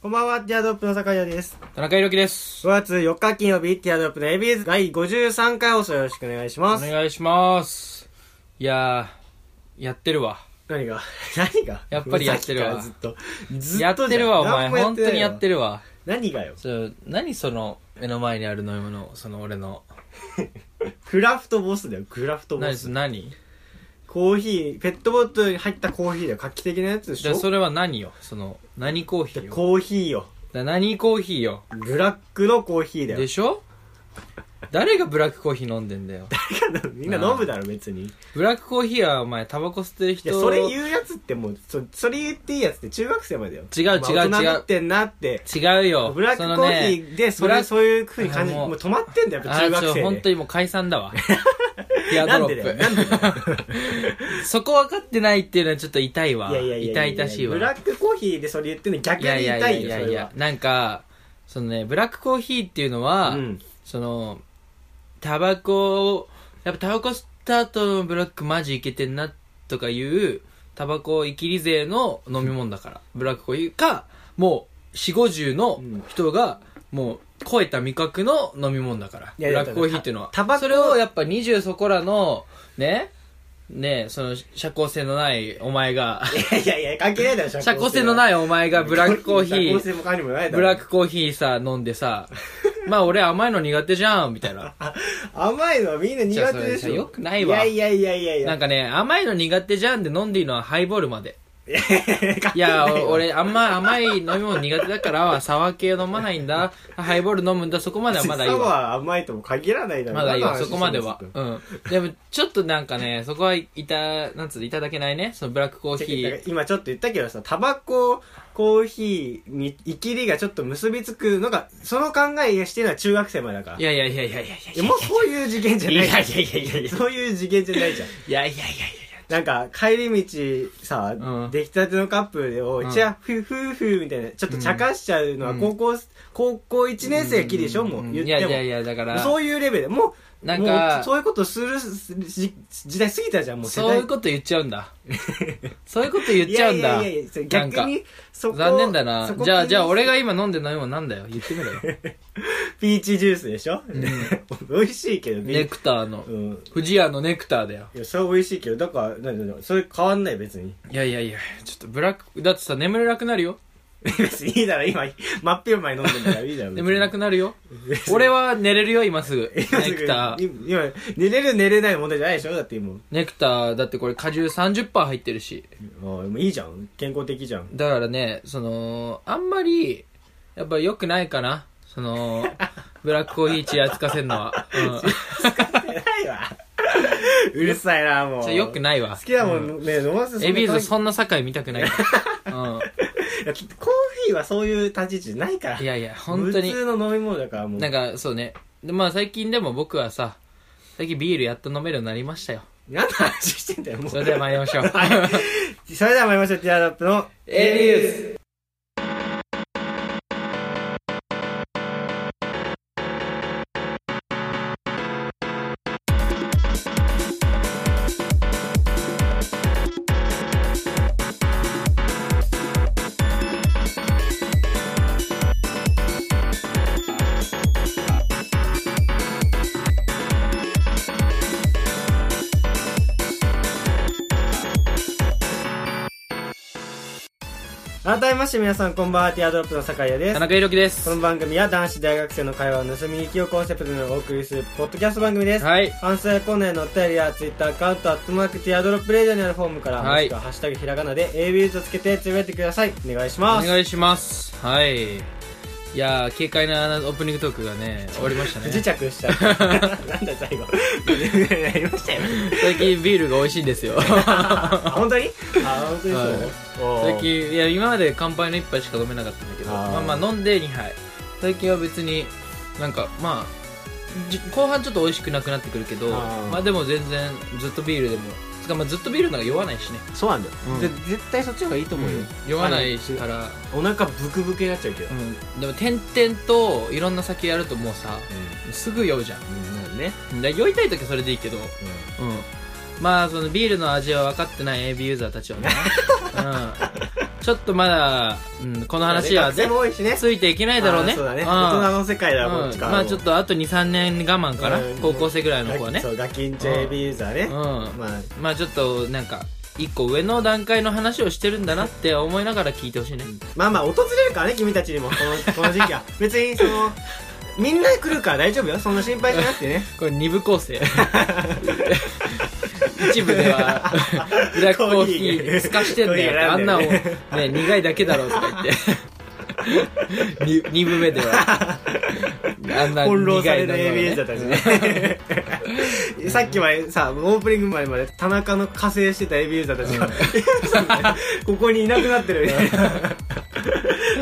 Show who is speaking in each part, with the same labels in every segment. Speaker 1: こんばんは、ティアドロップの坂井です。
Speaker 2: 田中裕樹です
Speaker 1: 5。月4日金曜日、ティアドロップのエビーズ第53回放送よろしくお願いし
Speaker 2: お
Speaker 1: ます。
Speaker 2: 願いします。いやー、やってるわ。
Speaker 1: 何が 何が
Speaker 2: やっぱりやってるわ
Speaker 1: さきから ずっと。ずっとじゃ
Speaker 2: や
Speaker 1: ん
Speaker 2: ってるわ、お前。
Speaker 1: 何も
Speaker 2: 本当にやって
Speaker 1: る。
Speaker 2: るわ。
Speaker 1: 何がよ。
Speaker 2: そう何その、目の前にある飲み物、その俺の。
Speaker 1: クラフトボスだよ、クラフトボ
Speaker 2: 何
Speaker 1: ス。
Speaker 2: 何
Speaker 1: コーヒー、ペットボトルに入ったコーヒーだよ。画期的なやつでし
Speaker 2: じゃ
Speaker 1: ょ
Speaker 2: あそれは何よその、何コーヒーよ。
Speaker 1: コーヒーよ。
Speaker 2: だ何コーヒーよ。
Speaker 1: ブラックのコーヒーだ
Speaker 2: で
Speaker 1: よ。
Speaker 2: しょ誰がブラックコーヒー飲んでんだよ。
Speaker 1: みんな飲むだろ、別に。い
Speaker 2: ブラックコーヒーはお前、タバコ吸ってる人。
Speaker 1: や、それ言うやつってもう、そそれ言っていいやつって中学生までよ。
Speaker 2: 違う違う
Speaker 1: まあ大人にな
Speaker 2: 違う
Speaker 1: ってんなって。
Speaker 2: 違うよ。
Speaker 1: ブラックコーヒーでそ
Speaker 2: ブラッ
Speaker 1: れ
Speaker 2: ク
Speaker 1: そういう風に感じ
Speaker 2: あ
Speaker 1: も
Speaker 2: もう
Speaker 1: う止まってんだよやっぱ
Speaker 2: あ
Speaker 1: 中
Speaker 2: ーちょ
Speaker 1: 学
Speaker 2: 本当
Speaker 1: 生
Speaker 2: にもう解散 だわ。い
Speaker 1: で
Speaker 2: や、
Speaker 1: な
Speaker 2: ド
Speaker 1: ん
Speaker 2: ロ
Speaker 1: で
Speaker 2: ッ
Speaker 1: だよ
Speaker 2: プ。
Speaker 1: なんでだよ
Speaker 2: そこ分かってないっていうのはちょっと痛いわ。
Speaker 1: いやいやいや
Speaker 2: 痛々しいわ。
Speaker 1: ブラックコーヒーでそれ言ってんの逆に痛いよそれはい
Speaker 2: やいやいやいやなんか、そのね、ブラックコーヒーっていうのは、
Speaker 1: うん
Speaker 2: その、タバコを、やっぱタバコ吸った後のブラックマジいけてんなとかいう、タバコいきり勢の飲み物だから。ブラックコーヒーか、もう、四五十の人が、もう、超えた味覚の飲み物だから。
Speaker 1: いやい
Speaker 2: ブ
Speaker 1: や
Speaker 2: ラックコーヒーっていうのは。
Speaker 1: タバコ
Speaker 2: それをやっぱ二十そこらの、ね、ね、その、社交性のないお前が、
Speaker 1: いやいやいや関係 ないだろ社
Speaker 2: 社交性のないいお前がブラックコーヒ
Speaker 1: 社交
Speaker 2: ー、
Speaker 1: 性も何もないだろ
Speaker 2: ブラックコーヒーさ、飲んでさ、まあ俺甘いの苦手じゃん、みたいな。
Speaker 1: 甘いのはみんな苦手で
Speaker 2: じゃあそ
Speaker 1: し
Speaker 2: れ
Speaker 1: ょ
Speaker 2: よくないわ
Speaker 1: いやいやいやいや
Speaker 2: なん
Speaker 1: か
Speaker 2: かね、甘いの苦手じゃんで飲んでいいのはハイボールまで。い
Speaker 1: い
Speaker 2: や、
Speaker 1: わ
Speaker 2: お俺あんま甘い飲み物苦手だから、サワー系飲まないんだ、ハイボール飲むんだ、そこまではまだいい
Speaker 1: 実は
Speaker 2: わ。
Speaker 1: 甘いとも限らないだろ
Speaker 2: まだいいわ、
Speaker 1: 何の話
Speaker 2: そこまで
Speaker 1: し
Speaker 2: は
Speaker 1: てん。の
Speaker 2: うん。でも、ちょっとなんかね、そこはいた、なんつうの、いただけないね。そのブラックコーヒー。
Speaker 1: 今ちょっと言ったけどさタバココーヒーにイキリがちょっと結びつくのがその考えがしてるのは中学生までだから
Speaker 2: いやいやいやいやいやい
Speaker 1: いやもうそういう次元じゃない
Speaker 2: いやいやいやいやいや
Speaker 1: そういう次元じゃないじゃん
Speaker 2: やいやいやいやいや。
Speaker 1: なんか帰り道さ、
Speaker 2: うん
Speaker 1: 出来たてのカップルを
Speaker 2: うん
Speaker 1: チャフーフーフーみたいなちょっと茶化しちゃうのは
Speaker 2: うん
Speaker 1: 高校、高校1年生きりでしょもう言っても
Speaker 2: いやいやいや、だから。
Speaker 1: そういうレベルもう
Speaker 2: なんか
Speaker 1: もうそういうことするす時時代過ぎたじゃんもう世代
Speaker 2: そういうこと言っちゃうんだ。そういうこと言っちゃうんだ。
Speaker 1: いやいやいやそれ
Speaker 2: なんか
Speaker 1: 逆にそこ
Speaker 2: 残念だな
Speaker 1: そ。こ
Speaker 2: じゃあ、じゃあ俺
Speaker 1: 気に
Speaker 2: が今飲んでる飲み物なんだよ。言ってみろよ。
Speaker 1: ピーチジュースでしょ、 美味しいけどビー
Speaker 2: ネクターの
Speaker 1: う。ん
Speaker 2: 富士屋のネクターだよ。
Speaker 1: いやそれは美味しいけどだからなんだろうそれ変わんない別に
Speaker 2: いやいやいや、ちょっとブラック、だってさ、眠れなくなるよ。
Speaker 1: 別にいいだろ今真っ昼前飲んでるからいいだろ別に
Speaker 2: 眠れなくなるよ。俺は寝れるよ、今すぐ。ネ
Speaker 1: 今すぐ
Speaker 2: クター。
Speaker 1: 今寝れる寝れない問題じゃないでしょだって今
Speaker 2: ネクター、だってこれ果汁30%入ってるし。
Speaker 1: あいいじゃん健康的じゃん
Speaker 2: だからね、その、あんまり、やっぱ良くないかな。その、ブラックコーヒーちやつかせんのは。うん。
Speaker 1: ないわ うるさいなも
Speaker 2: じゃ
Speaker 1: う
Speaker 2: あ良くないわ。
Speaker 1: 好きだもんね、飲ませ
Speaker 2: エビーズ
Speaker 1: そ
Speaker 2: そんな境見たくない。
Speaker 1: い
Speaker 2: うん。
Speaker 1: やコーヒーはそういう立ち位置じゃないから
Speaker 2: いやいや、本当に
Speaker 1: 普。通の飲み物だからもう
Speaker 2: なんか、そうね。でまあ最近でも僕はさ、最近ビールやっと飲めるようになりましたよ。
Speaker 1: 何の話してんだよもう
Speaker 2: それでは参りまし ょう。
Speaker 1: それでは参りましょうティアドロップの
Speaker 2: エビーズ
Speaker 1: 改めまして皆さんこんばんはティアドロップの酒井で
Speaker 2: 田
Speaker 1: す
Speaker 2: 中裕樹で
Speaker 1: こ
Speaker 2: す
Speaker 1: の。番組は男子大学生の会話を盗み聞きをコンセプトにお送りするポッドキャスト番組です
Speaker 2: はい。
Speaker 1: 関西コーナーへのお便りやツイッターアカウント、アットマークティアドロップレイドにあるフォームから、
Speaker 2: は
Speaker 1: も
Speaker 2: い
Speaker 1: しくはハッシュタグひらがなで ABS をつけてつぶやいてください。お願いし
Speaker 2: お
Speaker 1: ます。
Speaker 2: 願いします。はい。いやー、軽快なオープニングトークがね、終わりました
Speaker 1: 不時
Speaker 2: ね。
Speaker 1: 着しちゃった。なんだ最後。やりましたよ。
Speaker 2: 最近ビールが美味しいんで すよ。
Speaker 1: あ、 本 当にあ、本当に
Speaker 2: はい
Speaker 1: そう。おー
Speaker 2: 最近、いや、今まで乾杯の一杯しか飲めなかったんだけど、
Speaker 1: あー
Speaker 2: まあまあ飲んで2杯。最近は別に、なんか、まあ、じ後半ちょっと美味しくなくなってくるけど、
Speaker 1: あー
Speaker 2: まあでも全然ずっとビールでも、つかまあずっとビールの方が酔わないしね。
Speaker 1: そうなんだよ
Speaker 2: うん
Speaker 1: で絶対そっちの方がいいと思うよ。
Speaker 2: 酔わないから、
Speaker 1: お腹ブクブクになっちゃうけど。
Speaker 2: うん、でも点々といろんな酒やるともうさすぐ酔うじゃん
Speaker 1: うん。なんね。
Speaker 2: だ酔いたい時はそれでいいけど、うん、まあそのビールの味は分かってない AB ユーザーたちはね、 ちょっとまだ、うん、この話は
Speaker 1: 学生
Speaker 2: 全
Speaker 1: も多いしね
Speaker 2: ついていけないだろう
Speaker 1: あ
Speaker 2: ね
Speaker 1: ーそうだね
Speaker 2: ん
Speaker 1: 大人の世界だ
Speaker 2: うん
Speaker 1: こっちから
Speaker 2: まあちょっとあと23年我慢かな
Speaker 1: うん
Speaker 2: 高校生ぐらいの子はね
Speaker 1: そうガキンチェイビーユーザーね
Speaker 2: うんま
Speaker 1: まあ
Speaker 2: あちょっとなんか一個上の段階の話をしてるんだなって思いながら聞いてほしいね
Speaker 1: まあまあ訪れるからね君たちにもこのこの時期 は別にそのみんな来るから大丈夫よそんな心配しなくてね
Speaker 2: これ二部構成一部ではブラックコーヒーすかしてんだよあ
Speaker 1: コーヒー
Speaker 2: んな
Speaker 1: 選
Speaker 2: も
Speaker 1: んで
Speaker 2: んね苦いだけだろうとか言って二二部目ではあんな
Speaker 1: 翻弄さ
Speaker 2: 苦
Speaker 1: れ
Speaker 2: い
Speaker 1: る
Speaker 2: だろう
Speaker 1: ABS だったし ねさっきまでさオープニング前まで田中の加勢してた ABS だった ちが、ここにいなくなってるみたいな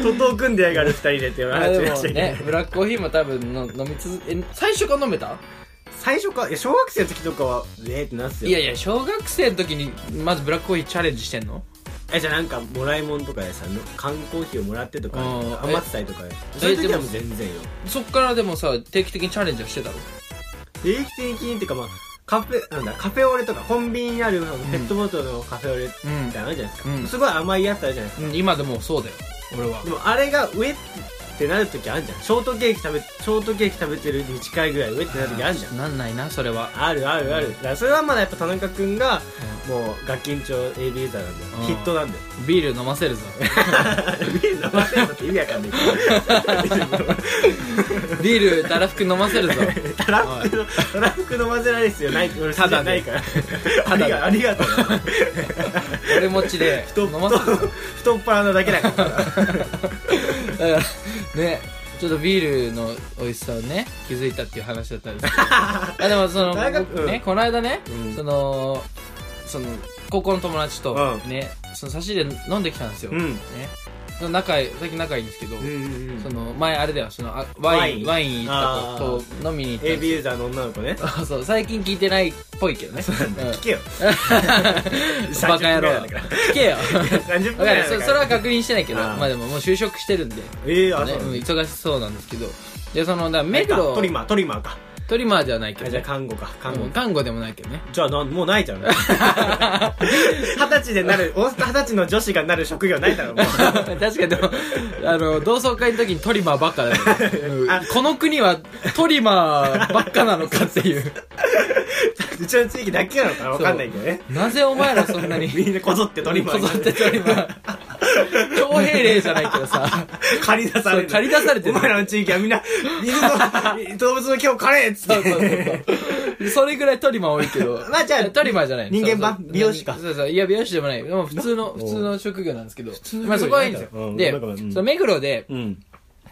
Speaker 1: 徒党組んでやがる二人でっていう
Speaker 2: あ
Speaker 1: 話
Speaker 2: で
Speaker 1: でし
Speaker 2: も
Speaker 1: たけど
Speaker 2: ねブラックコーヒーも多分の飲み続け最初から飲めた
Speaker 1: 最初かいや小学生の時とかはえーってなっすよ
Speaker 2: いやいや小学生の時にまずブラックコーヒーチャレンジしてんの
Speaker 1: えじゃあなんかもらいもんとかでさ缶コーヒーをもらってとか
Speaker 2: うん
Speaker 1: 余ってたりとかそういう時はもう全然よ
Speaker 2: そっからでもさ定期的にチャレンジはしてたろ
Speaker 1: 定期的にっていうかまあカフェなんだカフェオレとかコンビニにあるペットボトルのカフェオレみたいなのあるじゃないですか、
Speaker 2: うん
Speaker 1: すごい甘いやつあるじゃないです
Speaker 2: うん今でもそうだよ俺は
Speaker 1: かでもあれが上ってなる時あるじゃんショートケーキ食べショートケーキ食べてるに近いぐらい上ってなる時あるじゃん
Speaker 2: なんないなそれは
Speaker 1: あるあるある、だからそれはまだやっぱ田中君がもうガキンチョ AB ユーザーなんだよ、
Speaker 2: うん
Speaker 1: ヒットなんだよ
Speaker 2: ビール飲ませるぞ
Speaker 1: ビール飲ませるのって意味わかんない
Speaker 2: ビールたらふく飲ませ るぞ
Speaker 1: けどたらふくのたらふく飲ませられる必要ない俺
Speaker 2: た
Speaker 1: た
Speaker 2: だ
Speaker 1: だ
Speaker 2: で
Speaker 1: ないから
Speaker 2: ただで
Speaker 1: ありがありがとう
Speaker 2: 俺持ちで
Speaker 1: 太
Speaker 2: 飲
Speaker 1: っ
Speaker 2: ませるぞ
Speaker 1: 太っ腹なだけだから
Speaker 2: だからねちょっとビールの美味しさをね気づいたっていう話だったんで すけどあでもその
Speaker 1: 大学
Speaker 2: 僕ね、
Speaker 1: うん
Speaker 2: この間ね、
Speaker 1: うん
Speaker 2: そのその高校の友達と
Speaker 1: う
Speaker 2: ね、その差しで飲んできたんですよ、
Speaker 1: うん
Speaker 2: ねその仲最近仲いいんですけど、そ
Speaker 1: その
Speaker 2: の前あれだよそのあワインワ
Speaker 1: ワ
Speaker 2: イ
Speaker 1: イ
Speaker 2: ン
Speaker 1: ン
Speaker 2: 行ったとと飲みに行ったん
Speaker 1: AB
Speaker 2: ですよ
Speaker 1: ユーザーの女の子ね
Speaker 2: そうそう最近聞いてないっぽい けどねうん
Speaker 1: 聞けよ
Speaker 2: バカ野郎
Speaker 1: 30分ぐらいだから
Speaker 2: 聞けよ
Speaker 1: 30分
Speaker 2: わ
Speaker 1: ぐ
Speaker 2: からる
Speaker 1: い
Speaker 2: そ
Speaker 1: だ
Speaker 2: それ
Speaker 1: から
Speaker 2: は確認してないけど
Speaker 1: あー
Speaker 2: まあでももう就職してるんで
Speaker 1: ええあ
Speaker 2: ね
Speaker 1: そう
Speaker 2: うん忙しそうなんですけどでそのだから目黒
Speaker 1: トリマートリマーか
Speaker 2: トリマーではないけ
Speaker 1: あ
Speaker 2: ど
Speaker 1: じゃあ
Speaker 2: ね
Speaker 1: 看護か看護
Speaker 2: うん看護でもないけ どね
Speaker 1: じゃあなんもうないじゃん 二十歳でなるお二十歳の女子がなる職業ないだろ もう
Speaker 2: 確かにでもあの同窓会の時にトリマーばっかだよね、うん
Speaker 1: あ
Speaker 2: この国はトリマーばっかなのかっ ていう
Speaker 1: うちの地域だけなのかなわかんないけどね
Speaker 2: なぜお前らそんなに
Speaker 1: みんなこぞってトリマー
Speaker 2: こぞってトリマ ー徴兵令じゃないけどさ
Speaker 1: 借り出され
Speaker 2: そう
Speaker 1: る
Speaker 2: 駆り出されてる
Speaker 1: お前らの地域はみんな犬の動物の毛を刈れっつっ
Speaker 2: そう
Speaker 1: て
Speaker 2: そうそうそうそれぐらいトリマー多いけど
Speaker 1: まあじゃあ
Speaker 2: トリマーじゃない
Speaker 1: 人間版
Speaker 2: そうそう
Speaker 1: 美容師か
Speaker 2: そうそういや美容師でもないでも普通の普通の職業なんですけど
Speaker 1: の
Speaker 2: まあそこはいいんです
Speaker 1: う
Speaker 2: よ
Speaker 1: んご
Speaker 2: で
Speaker 1: めんごめんうん
Speaker 2: その目黒で
Speaker 1: うん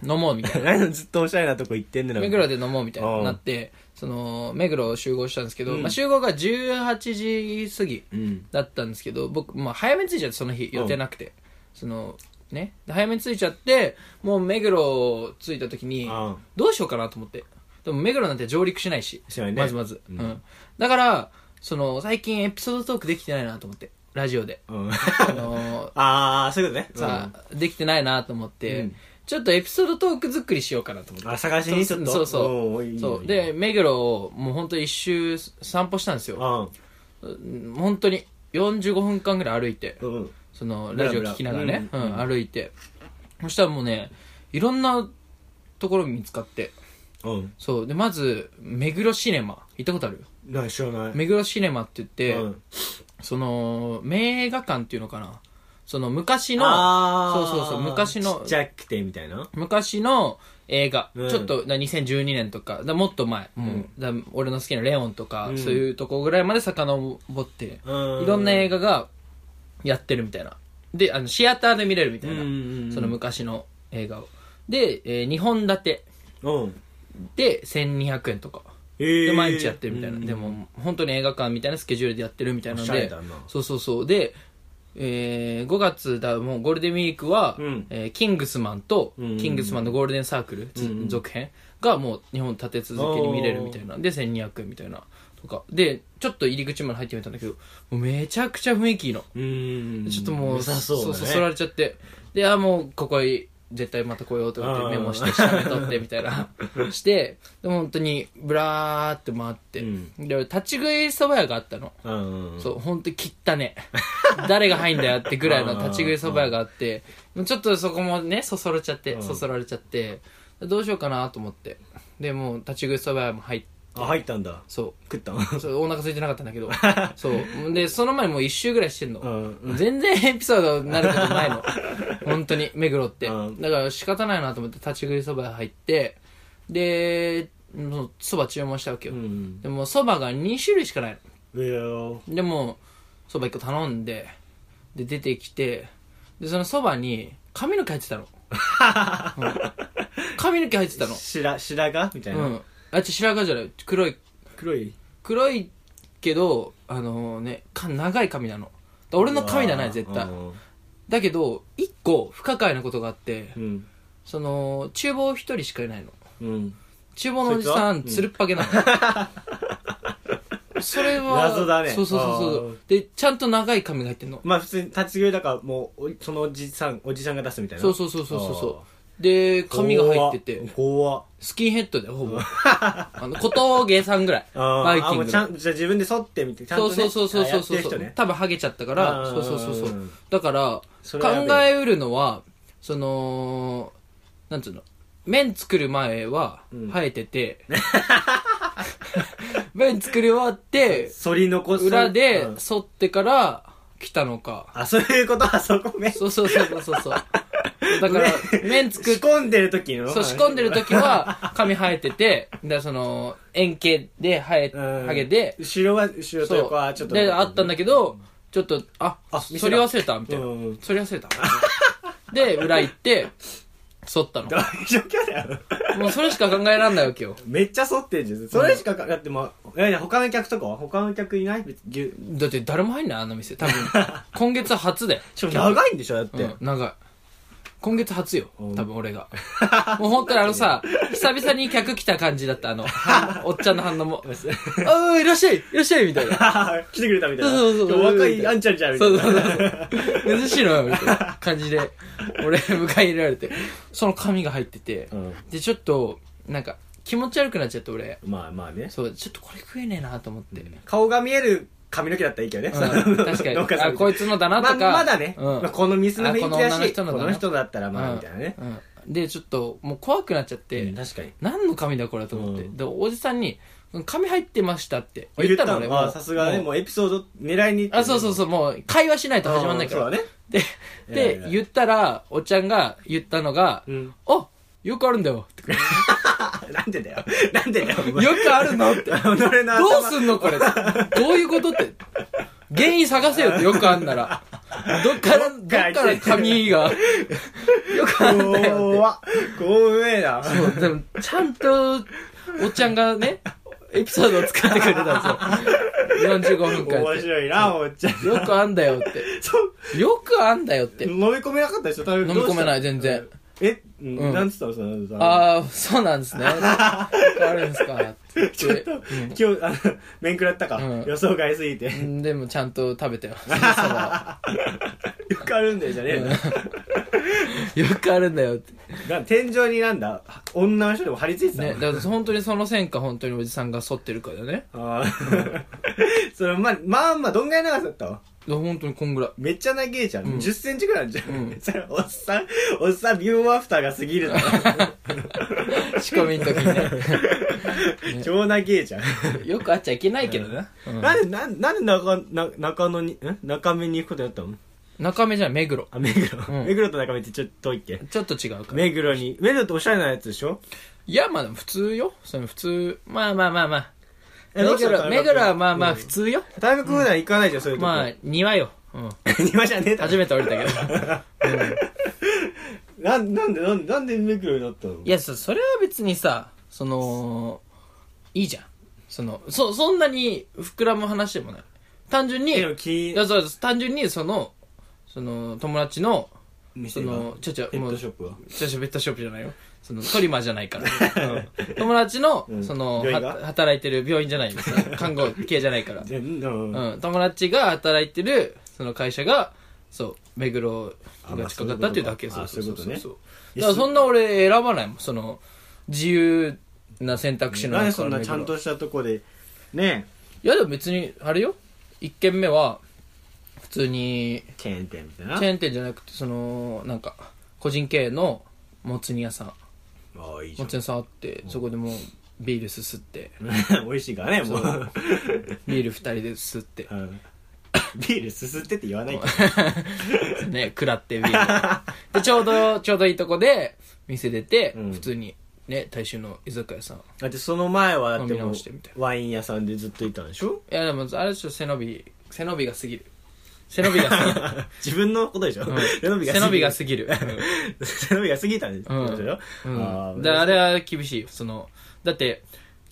Speaker 2: 飲もうみたいな
Speaker 1: 何ずっとおしゃれなとこ行ってんねん な
Speaker 2: 目黒で飲もうみたいに
Speaker 1: うん
Speaker 2: なってその目黒を集合したんですけど、
Speaker 1: うん
Speaker 2: まあ、集合が18時過ぎ
Speaker 1: うん
Speaker 2: だったんですけど僕、まあ、早めに着いちゃってその日予定なくて、そのねで早めに着いちゃってもう目黒着いた時に
Speaker 1: うん
Speaker 2: どうしようかなと思ってでも目黒なんて上陸しないし
Speaker 1: しないね
Speaker 2: まずまず、
Speaker 1: うん
Speaker 2: うんだからその最近エピソードトークできてないなと思ってラジオで
Speaker 1: うん
Speaker 2: あの
Speaker 1: ああそう いうことね
Speaker 2: さあ、できてないなと思って、
Speaker 1: うん
Speaker 2: ちょっとエピソードトーク作りしようかなと思って
Speaker 1: うんあ探しにちょっと
Speaker 2: そうそ
Speaker 1: おーいいよ
Speaker 2: う
Speaker 1: いい
Speaker 2: そ
Speaker 1: よ
Speaker 2: うで目黒をもう本当一周散歩したんですよ
Speaker 1: うん
Speaker 2: うん本当に45分間ぐらい歩いて
Speaker 1: うん
Speaker 2: そのラジオ聞きながらね
Speaker 1: ブラブラ
Speaker 2: うん歩いてそしたらもうねいろんなところ見つかって
Speaker 1: うん
Speaker 2: そうでまず目黒シネマ行ったことある
Speaker 1: 何知らない
Speaker 2: 目黒シネマって言って、
Speaker 1: うん
Speaker 2: その名画館っていうのかなその昔の
Speaker 1: あー
Speaker 2: そうそうそう昔の
Speaker 1: ちっちゃくてみたいな
Speaker 2: 昔の映画、
Speaker 1: うん
Speaker 2: ちょっとだ2012年とかだもっと前、もうだ俺の好きな「レオン」とか、
Speaker 1: うん
Speaker 2: そういうとこぐらいまで遡って、
Speaker 1: うん
Speaker 2: いろんな映画がやってるみたいなであのシアターで見れるみたいな、
Speaker 1: うんうんうん
Speaker 2: その昔の映画をで、え2本立て
Speaker 1: うん
Speaker 2: で1200円とか
Speaker 1: え
Speaker 2: で
Speaker 1: ー
Speaker 2: 毎日やってるみたいな、
Speaker 1: うん
Speaker 2: でも本当に映画館みたいなスケジュールでやってるみたいなの
Speaker 1: おしゃ
Speaker 2: で
Speaker 1: れだな
Speaker 2: そうそうそうで、え5月だもうゴールデンウィークは、
Speaker 1: うん
Speaker 2: えーキングスマンと、
Speaker 1: うん
Speaker 2: キングスマンのゴールデンサークル、つ
Speaker 1: うん
Speaker 2: 続編がもう日本立て続けに見れるみたいなで1200円みたいなとかでちょっと入り口まで入ってみたんだけどもうめちゃくちゃ雰囲気いいの
Speaker 1: うん
Speaker 2: ちょっともう、
Speaker 1: 良さそうだね
Speaker 2: そそられちゃってであもうここい絶対また来ようと思っ
Speaker 1: あー
Speaker 2: てメモして写メ撮ってみたい なしてでも本当にブラーって回って、
Speaker 1: うん
Speaker 2: で俺立ち食いそば屋があったの、
Speaker 1: うんうん
Speaker 2: そう本当に切ったね 誰が入んだよってぐらいの立ち食いそば屋があってちょっとそこもねそそれちゃって、
Speaker 1: うん
Speaker 2: そそられちゃってどうしようかなと思ってでもう立ち食いそば屋も入って
Speaker 1: あ入ったんだ
Speaker 2: そう
Speaker 1: 食った
Speaker 2: そうお腹空いてなかったんだ けどそうでその前にもう一周ぐらいしてんの、
Speaker 1: のうん
Speaker 2: 全然エピソードになること ないの本当に目黒って
Speaker 1: うん
Speaker 2: だから仕方ないなと思って立ち食いそば屋入ってでもうそば注文したわけ
Speaker 1: う
Speaker 2: よ、
Speaker 1: ん
Speaker 2: でもそばが2種類しかない
Speaker 1: うんいやー
Speaker 2: のでもそば1個頼んでで出てきてでそのそばに髪の毛入ってたの、うん髪の毛入って たの
Speaker 1: 白白髪みたいな、
Speaker 2: うんあっち白髪じゃない黒い
Speaker 1: 黒い
Speaker 2: 黒いけどあのねか長い髪なのだから俺の髪じゃない絶対
Speaker 1: うん
Speaker 2: だけど一個不可解なことがあって
Speaker 1: うん
Speaker 2: その厨房一人しかいないの
Speaker 1: うん
Speaker 2: 厨房のおじさ
Speaker 1: そい
Speaker 2: ん
Speaker 1: つは
Speaker 2: つるっぱげなの、それは
Speaker 1: 謎だね
Speaker 2: そうそうそうそうでちゃんと長い髪が入ってんの
Speaker 1: まあ普通に立ち食いだからもうおそのおじさんおじさんが出すみたいな
Speaker 2: そうそうそうそうそうそうで髪が入ってて
Speaker 1: 怖っ
Speaker 2: スキンヘッドでほぼあの小峠さんぐらい
Speaker 1: あー
Speaker 2: バイキ
Speaker 1: あも
Speaker 2: ング
Speaker 1: う
Speaker 2: の
Speaker 1: ちゃんじゃあ自分で剃ってみてちゃん
Speaker 2: そ
Speaker 1: と、
Speaker 2: う
Speaker 1: ね、
Speaker 2: そうそう
Speaker 1: あや
Speaker 2: そうそう
Speaker 1: って
Speaker 2: そ
Speaker 1: る人
Speaker 2: う、
Speaker 1: ね
Speaker 2: 多分ハゲちゃったか
Speaker 1: あ
Speaker 2: ら
Speaker 1: ー
Speaker 2: そうそうそうそう
Speaker 1: うん
Speaker 2: だから
Speaker 1: それはやべ
Speaker 2: 考えうるのはそのなんつうの麺作る前は
Speaker 1: うん
Speaker 2: 生えてて、麺作り終わって
Speaker 1: 剃り残す
Speaker 2: 裏で
Speaker 1: うん
Speaker 2: 剃ってから来たのか、
Speaker 1: あそういうことはそこめ
Speaker 2: そうそうそうそうそうそうだから麺作っ
Speaker 1: 仕込んでる時の
Speaker 2: そう、仕込んでる時は、髪生えてて、で、その、円形で生え、
Speaker 1: うん
Speaker 2: ハゲで、
Speaker 1: 後ろは後ろと横はちょっと
Speaker 2: で、あったんだけど、ちょっと、あ、
Speaker 1: あ見せ
Speaker 2: そ
Speaker 1: た
Speaker 2: り忘れたみたいな
Speaker 1: うんうん。
Speaker 2: そり忘れた。で、裏行って、剃っ たの
Speaker 1: ど。ういう状況だよ
Speaker 2: もうそれしか考えらんないわけよ。
Speaker 1: めっちゃ剃ってんじゃんそれしかかかってもいやいや他の客とかは他の客いない別に牛
Speaker 2: だって誰も入んない、あの店。多 分、今月初だよ。
Speaker 1: しかも長いんでしょだって、
Speaker 2: うん、長い。今月初よ
Speaker 1: うん。
Speaker 2: 多分俺が。もう本当にあのさ、久々に客来た感じだった、あの、はんおっちゃんの反 応も。あーいらっしゃいいらっしゃいみたいな。
Speaker 1: 来てくれたみたいな
Speaker 2: そうそうそう
Speaker 1: 若いあんちゃんじゃんみたい
Speaker 2: そう
Speaker 1: な
Speaker 2: そうそう。 珍しいのよ、みたいな感じで、俺、迎え入れられて、その紙が入ってて、
Speaker 1: うん
Speaker 2: で、ちょっと、なんか、気持ち悪くなっちゃって、俺。
Speaker 1: まあまあね
Speaker 2: そう、ちょっとこれ食えねえなと思って。うん
Speaker 1: 顔が見える髪の毛だったらいい けどね、
Speaker 2: 確かに。
Speaker 1: どっさ
Speaker 2: あ、
Speaker 1: ん
Speaker 2: こいつのだなとか。
Speaker 1: まあまだね、
Speaker 2: うん
Speaker 1: まあこの店の雰囲気だ
Speaker 2: あこの女の
Speaker 1: し
Speaker 2: 人
Speaker 1: こ
Speaker 2: のだな
Speaker 1: の人だったらまあみたいなね、
Speaker 2: うんうんで、ちょっと、もう怖くなっちゃって、
Speaker 1: うん確かに
Speaker 2: 何の紙だこれと思って。
Speaker 1: うん
Speaker 2: で、おじさんに、紙入ってましたって
Speaker 1: 言ったの
Speaker 2: 俺
Speaker 1: はさすがねもうエピソード狙いに行って
Speaker 2: あ、そうそうそう、もう、会話しないと始まんないから
Speaker 1: う。そうだね
Speaker 2: で、
Speaker 1: いやい
Speaker 2: で
Speaker 1: や、
Speaker 2: 言ったら、おっちゃんが言ったのが、
Speaker 1: うん
Speaker 2: あよくあるんだよ。って
Speaker 1: あなんでだよ なんでだよお前
Speaker 2: よくあるの って。ど
Speaker 1: 己の
Speaker 2: うすんのこれ。どういうことって。原因探せよってよくあんなら。どっから、ど
Speaker 1: ど
Speaker 2: っ
Speaker 1: っか
Speaker 2: からら 髪が。よくあんだよっ
Speaker 1: 怖っ怖えな
Speaker 2: て。そう、でも、ちゃんと、おっちゃんがね、エピソードを作ってくれたんですよ。45分間や
Speaker 1: 面
Speaker 2: っ
Speaker 1: 白いなおっちゃん
Speaker 2: て。よくあんだよって。
Speaker 1: そう
Speaker 2: よくあんだよって。
Speaker 1: 飲み込めなかったでしょ飲
Speaker 2: 飲み込めない全然
Speaker 1: え、うん
Speaker 2: うん
Speaker 1: なんつったのそのさ
Speaker 2: ああ、そうなんですね。よくあるんですかっ て。
Speaker 1: ちょっと、今日あの面食らったか、
Speaker 2: うん
Speaker 1: 予想外すぎて、
Speaker 2: うんでもちゃんと食べたよ。そのそ
Speaker 1: よくあるんだよじゃねえんだよ
Speaker 2: ばよくあるんだよって。
Speaker 1: な天井になんだ女の人でも張り付いてたの、
Speaker 2: ね、だから本当にその線か本当におじさんが反ってるかだよね。
Speaker 1: あー それまあまあまあどんぐらい長さだったわ
Speaker 2: いや本当にこんぐら い。
Speaker 1: めっちゃ長えじゃん、
Speaker 2: うん
Speaker 1: 10センチぐらいあるじゃん、
Speaker 2: うん
Speaker 1: それおっさんおっさんビフォーアフターが過ぎる
Speaker 2: 仕込みの時に
Speaker 1: の超長えじゃん、
Speaker 2: ね。 よくあっちゃいけないけどね。うん
Speaker 1: なんでなんなんで中な中野にん中目に行くことだったの
Speaker 2: 中目じゃん、目黒。
Speaker 1: あ目黒、
Speaker 2: うん
Speaker 1: 目黒と中目ってちょっと遠いっけ
Speaker 2: ちょっと違うから。
Speaker 1: 目黒に目黒っておしゃれなやつでしょ
Speaker 2: いや、まあでも普通よ。その普通。まあまあまあまあ。
Speaker 1: え
Speaker 2: 目
Speaker 1: どうしたの
Speaker 2: 黒、目黒はまあまあ
Speaker 1: うん
Speaker 2: 普通よ。
Speaker 1: 田中君普段行かないじゃん、そういうとこ
Speaker 2: まあ、庭よ。うん。
Speaker 1: 庭じゃねえだろ
Speaker 2: 初めて降りたけ ど。
Speaker 1: なんなんでなんでなんで目黒になったの
Speaker 2: いや、そそれは別にさ、その、いいじゃん。その、そ、そんなに膨らむ話でもない。単純に、
Speaker 1: でも気
Speaker 2: いやそうです単純にそのその友達のそ
Speaker 1: 店が
Speaker 2: のちょちょ
Speaker 1: ペ
Speaker 2: も
Speaker 1: ッ
Speaker 2: う
Speaker 1: ト
Speaker 2: ち
Speaker 1: シ
Speaker 2: ょ
Speaker 1: ョップは
Speaker 2: ちょペットショップじゃないよそのトリマーじゃないから、うん友達の
Speaker 1: うん
Speaker 2: その、
Speaker 1: 病院が
Speaker 2: は働いてる病院じゃないんですよ看護系じゃないから、
Speaker 1: 全然うん
Speaker 2: うん、友達が働いてるその会社がそう目黒が近かったっていうだけ
Speaker 1: あまあそういうことかあ
Speaker 2: そう
Speaker 1: い
Speaker 2: だ
Speaker 1: や
Speaker 2: からそんな俺選ばないもんその自由な選択肢の
Speaker 1: なんで
Speaker 2: 中
Speaker 1: そんな
Speaker 2: から目
Speaker 1: ち
Speaker 2: 黒
Speaker 1: ゃんとしたとこでね
Speaker 2: いやでも別にあれよ1軒目は普通に
Speaker 1: チェーン店みたいな
Speaker 2: チェーン店じゃなくてそのなんか個人経営のもつ煮屋さん
Speaker 1: ああいいじゃ
Speaker 2: も
Speaker 1: ん
Speaker 2: つ煮屋さんあってそこでもうビールすすって
Speaker 1: 美味しいからねもう、
Speaker 2: ビール2人ですすって
Speaker 1: うん、ビールすすってって言わないけど
Speaker 2: ね、食らってビールで、ちょうど、ちょうどいいとこで、店出て、
Speaker 1: うん
Speaker 2: 普通に、ね、大衆の居酒屋さん。い
Speaker 1: だってその前はだって
Speaker 2: 飲み
Speaker 1: もう
Speaker 2: 直してみたい
Speaker 1: ワイン屋さんでずっといたんでしょ
Speaker 2: や、でも、あれちょっと背伸び、背伸びが過ぎる。背伸び が過
Speaker 1: 自分のことでしょ、
Speaker 2: ぎる。
Speaker 1: 背伸びが
Speaker 2: 背伸びが
Speaker 1: 過
Speaker 2: 過ぎる。
Speaker 1: ぎる背伸びが過ぎたんでしょ、
Speaker 2: うん。
Speaker 1: あ
Speaker 2: うん、
Speaker 1: ー
Speaker 2: だ からあれは厳しい。その、だって、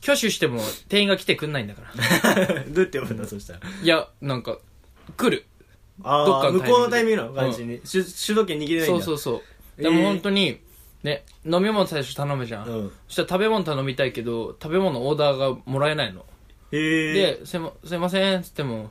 Speaker 2: 挙手しても店員が来てくんないんだから。
Speaker 1: どうやって呼ぶんだそしたら
Speaker 2: いや、なんか、来る。どっ
Speaker 1: あ
Speaker 2: か
Speaker 1: あ向
Speaker 2: のタイミングで
Speaker 1: こうのタイミングなの感じに、主主導権握れないんだ
Speaker 2: そうそうそう。でも
Speaker 1: えー
Speaker 2: 本当に、ね、飲み物最初頼むじゃん。
Speaker 1: うん
Speaker 2: そしたら食べ物頼みたいけど、食べ物オーダーがもらえないの。
Speaker 1: へえ
Speaker 2: で、すいま、すいません、つっても、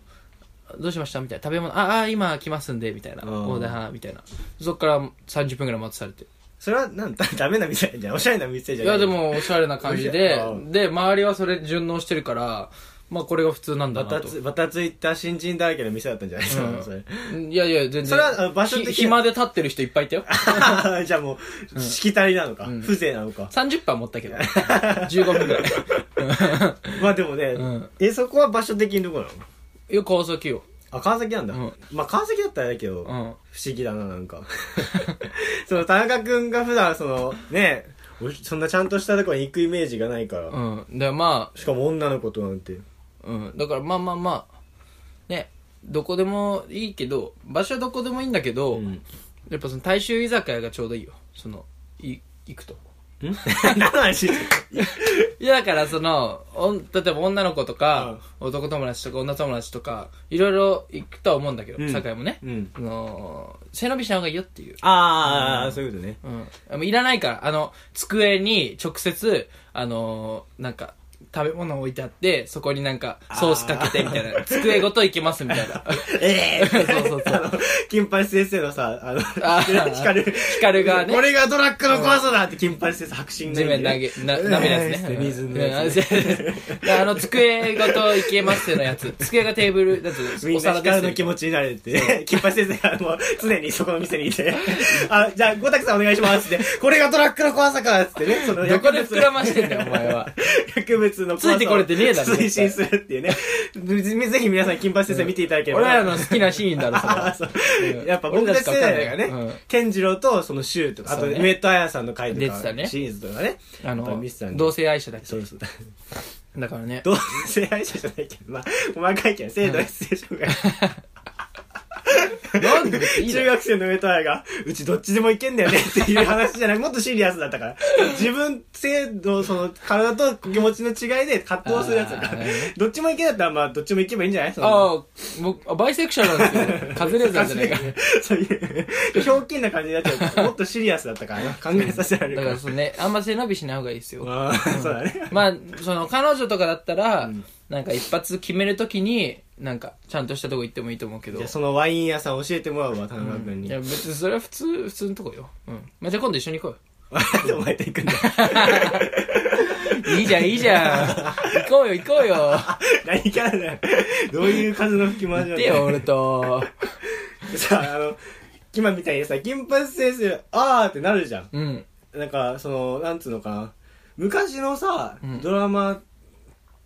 Speaker 2: どうしましたみたいな。食べ物、ああ、今来ますんで、みたいな。
Speaker 1: うん
Speaker 2: オーダー、みたいな。そっから30分ぐらい待たされて。
Speaker 1: それはなんだダメな店じゃんおしゃれな店じ
Speaker 2: い
Speaker 1: ゃん
Speaker 2: や、でも、おしゃれな 感じで
Speaker 1: う、ん
Speaker 2: で、周りはそれ順応してるから、まあ、これが普通なんだ
Speaker 1: バ
Speaker 2: な
Speaker 1: タ
Speaker 2: と。
Speaker 1: つバタついた新人だらけの店だったんじゃないですか、
Speaker 2: うん
Speaker 1: それ
Speaker 2: いやいや、全然。
Speaker 1: それはあ場所的に
Speaker 2: ひ暇で立ってる人いっぱいいたよ。
Speaker 1: じゃあもうしきたりなのか、
Speaker 2: ん
Speaker 1: 風情なのか
Speaker 2: 30分は持ったけど。15分ぐらい。
Speaker 1: まあでもね、
Speaker 2: うん
Speaker 1: えそこは場所的にどこなの
Speaker 2: よ、高速よ。
Speaker 1: あ川崎なんだ、
Speaker 2: うん
Speaker 1: まあ川崎だったらあれだけど、
Speaker 2: うん。うん。
Speaker 1: 不思議だななんか その田中君が普段そのねおしそんなちゃんとしたとこに行くイメージがないから、
Speaker 2: で、ま
Speaker 1: しかも女の子となんて
Speaker 2: あ、うん。だから、まあまあまあ、ね、どこでもいいけど、場所はどこでもいいんだけど、
Speaker 1: ん
Speaker 2: やっぱその大衆居酒屋がちょうどいいよそのい行くと
Speaker 1: 何の話
Speaker 2: いやだからそのおん例えば女の子とか、男友達とか女友達とかいろいろ行くとは思うんだけど、
Speaker 1: うん
Speaker 2: 酒屋もね、
Speaker 1: うん
Speaker 2: あのー背伸びした方がいいよっていう
Speaker 1: ああ、そういうことね
Speaker 2: うんあのいらないからあの机に直接あのーなんか食べ物置いてあってそこになんかソースかけてみたいな机ごといけますみ たいな
Speaker 1: ええ
Speaker 2: そうそうそう
Speaker 1: あの金八先生のさあの
Speaker 2: あー
Speaker 1: 光る
Speaker 2: 光がね
Speaker 1: これがドラッグの怖さだって金八先生白真が
Speaker 2: 地面投
Speaker 1: 言う
Speaker 2: げ、な、舐めるやつ
Speaker 1: え
Speaker 2: ね。
Speaker 1: ー水のやつ
Speaker 2: うんあの、机ごといけますよのやつ。机がテーブル、だつ、
Speaker 1: み
Speaker 2: お
Speaker 1: んな
Speaker 2: 皿です
Speaker 1: 光
Speaker 2: よ
Speaker 1: の気持ちになれって、金八先生がもう常にそこの店にいて、あ、じゃあ、ごたくさんお願いしますって、これがドラッグの怖さかっつってね、その
Speaker 2: どこで膨ら
Speaker 1: ま
Speaker 2: ましてんだよ、お前は。
Speaker 1: 薬物の怖さを
Speaker 2: ついてこれてねえだろ
Speaker 1: 推進するっていうね。ぜぜひ皆さん金八先生見ていただければ。
Speaker 2: 俺らの好きなシーンだろ、それ
Speaker 1: あ
Speaker 2: は。
Speaker 1: そう
Speaker 2: う ん
Speaker 1: やっぱ僕たち世代が
Speaker 2: 俺らしかわかんないうん
Speaker 1: ね、健次郎とそのシューとか、あと
Speaker 2: そうね
Speaker 1: 上戸彩さんの回と
Speaker 2: 出てた
Speaker 1: か、
Speaker 2: ね
Speaker 1: シリーズとかね。
Speaker 2: あ
Speaker 1: やっぱ
Speaker 2: の
Speaker 1: ミスさん、に
Speaker 2: 同性愛者だっ
Speaker 1: そうそう。
Speaker 2: けだからね。
Speaker 1: 同性愛者じゃないけど、まあ、細かいけ ど、性同一性障害。
Speaker 2: なんで別にいいだ
Speaker 1: 中
Speaker 2: ろ
Speaker 1: 学生の上戸彩が、うちどっちでもいけんだよねっていう話じゃない、もっとシリアスだったから。自分、性の、その、体と気持ちの違いで葛藤するやつだか
Speaker 2: あー
Speaker 1: ら
Speaker 2: なるほどね。
Speaker 1: どっちもいけんだったら、まあ、どっちもいけばいいんじゃないその
Speaker 2: ああ、僕、あバイセクシャルなんです けど、カズレーザーじゃないか。
Speaker 1: そういう、ひょうきんな感じになっちゃうから、もっとシリアスだったからな。考えさせられる
Speaker 2: だ
Speaker 1: か。
Speaker 2: からら、そのね、あんま背伸びしない方がいいですよ。
Speaker 1: あーそうだね。
Speaker 2: まあ、その、彼女とかだったら、なんか一発決めるときに、なんか、ちゃんとしたとこ行ってもいいと思うけど
Speaker 1: じゃあ。そのワイン屋さん教えてもらうわ、田中君
Speaker 2: い
Speaker 1: に。
Speaker 2: や別にそれは普通普通のとこよ、うんまあ、じゃあ今度一緒に行こ
Speaker 1: なんで お前と行くんだよ
Speaker 2: うよいいじゃんいいじゃん行こうよ行こうよ
Speaker 1: 何キャラだよ。どういう風の吹き回しな
Speaker 2: 行っ
Speaker 1: ん
Speaker 2: て
Speaker 1: だ
Speaker 2: よ
Speaker 1: よ。
Speaker 2: 俺と
Speaker 1: さあ、あの、今みたいにさ、金八先生、あーってなるじゃん。
Speaker 2: うん
Speaker 1: なんか、その、なんつうのかな。昔のさ
Speaker 2: うん、
Speaker 1: ドラマ、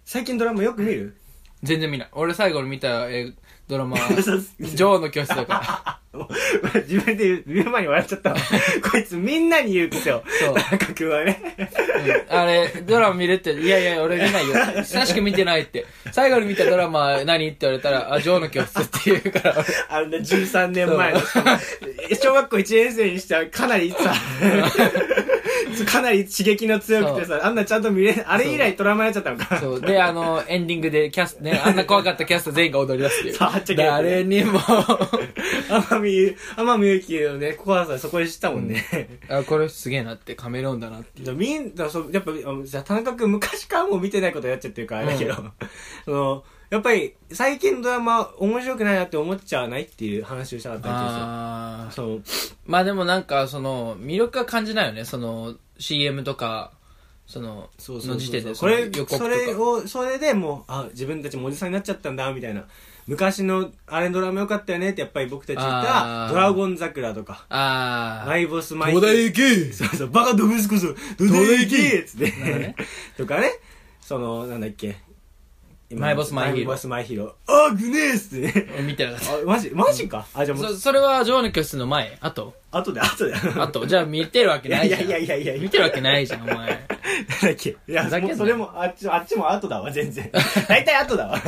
Speaker 1: 最近ドラマよく見る
Speaker 2: 全然見ない俺最後に見たえードラマ
Speaker 1: 嘘
Speaker 2: は
Speaker 1: つ
Speaker 2: 「女王の教室」だか
Speaker 1: もう自分で言う言う前に笑っちゃったわこいつみんなに言う癖を。
Speaker 2: そう
Speaker 1: 田中君はね。
Speaker 2: ら、うんあれドラマ見るって「いやいや俺見ないよ」久しく見てないって最後に見たドラマ何って言われたら「あ女王の教室」って言うから
Speaker 1: あのね、13年前の。小学校1年生にしてはかなり さ、かなり刺激の強くてさ、あんなちゃんと見れ、あれ以来トラウマになっちゃったのか。
Speaker 2: そうであのエンディングでキャストねあんな怖かったキャスト全員が踊り出すってい
Speaker 1: そうはっちゃけ
Speaker 2: う
Speaker 1: る
Speaker 2: 誰にも
Speaker 1: 天海祐、天海祐希のね、怖さそこで知ったもんね。
Speaker 2: あこれすげえなってカメレオンだなって
Speaker 1: でも みんな、そうやっぱ、あのじゃあ田中君昔からもう見てないことやっちゃってるからあれだけど、その、やっぱり最近ドラマ面白くないなって思っちゃわないっていう話をしたかったん
Speaker 2: あ
Speaker 1: です
Speaker 2: ー
Speaker 1: よ。
Speaker 2: まあでもなんかその魅力は感じないよねその CM とかその
Speaker 1: そう、
Speaker 2: の時点で
Speaker 1: これ、
Speaker 2: その予告
Speaker 1: そ
Speaker 2: とか
Speaker 1: れを、それでもう、あ、自分たちもおじさんになっちゃったんだ、みたいな。昔のあれドラマ良かったよねってやっぱり僕たち言った
Speaker 2: あ
Speaker 1: ら、
Speaker 2: ー
Speaker 1: ドラゴン桜とか、
Speaker 2: ああ
Speaker 1: ライボスマイ
Speaker 2: 東大行け
Speaker 1: そうそう、バカドブスこそ、どでいけつって
Speaker 2: ほどね。
Speaker 1: とかね、その、なんだっけ。
Speaker 2: マイボスマイヒーロー
Speaker 1: マイボスマイヒーロー。あー、グネースってね。
Speaker 2: 見てなかった
Speaker 1: あ、マジ、マジか。あ、じゃあも、
Speaker 2: そうそれは女王の教室の前あと
Speaker 1: 後で、後で。
Speaker 2: あとじゃあ見てるわけ
Speaker 1: いや
Speaker 2: ない
Speaker 1: い
Speaker 2: じ
Speaker 1: や
Speaker 2: ゃん
Speaker 1: いやいやいや、
Speaker 2: 見てるわけないじゃん お前
Speaker 1: なんだっけいや、
Speaker 2: ふざけん
Speaker 1: も
Speaker 2: な
Speaker 1: うそれも、あっち、あっちも後だわ、全然。 大体後だわ。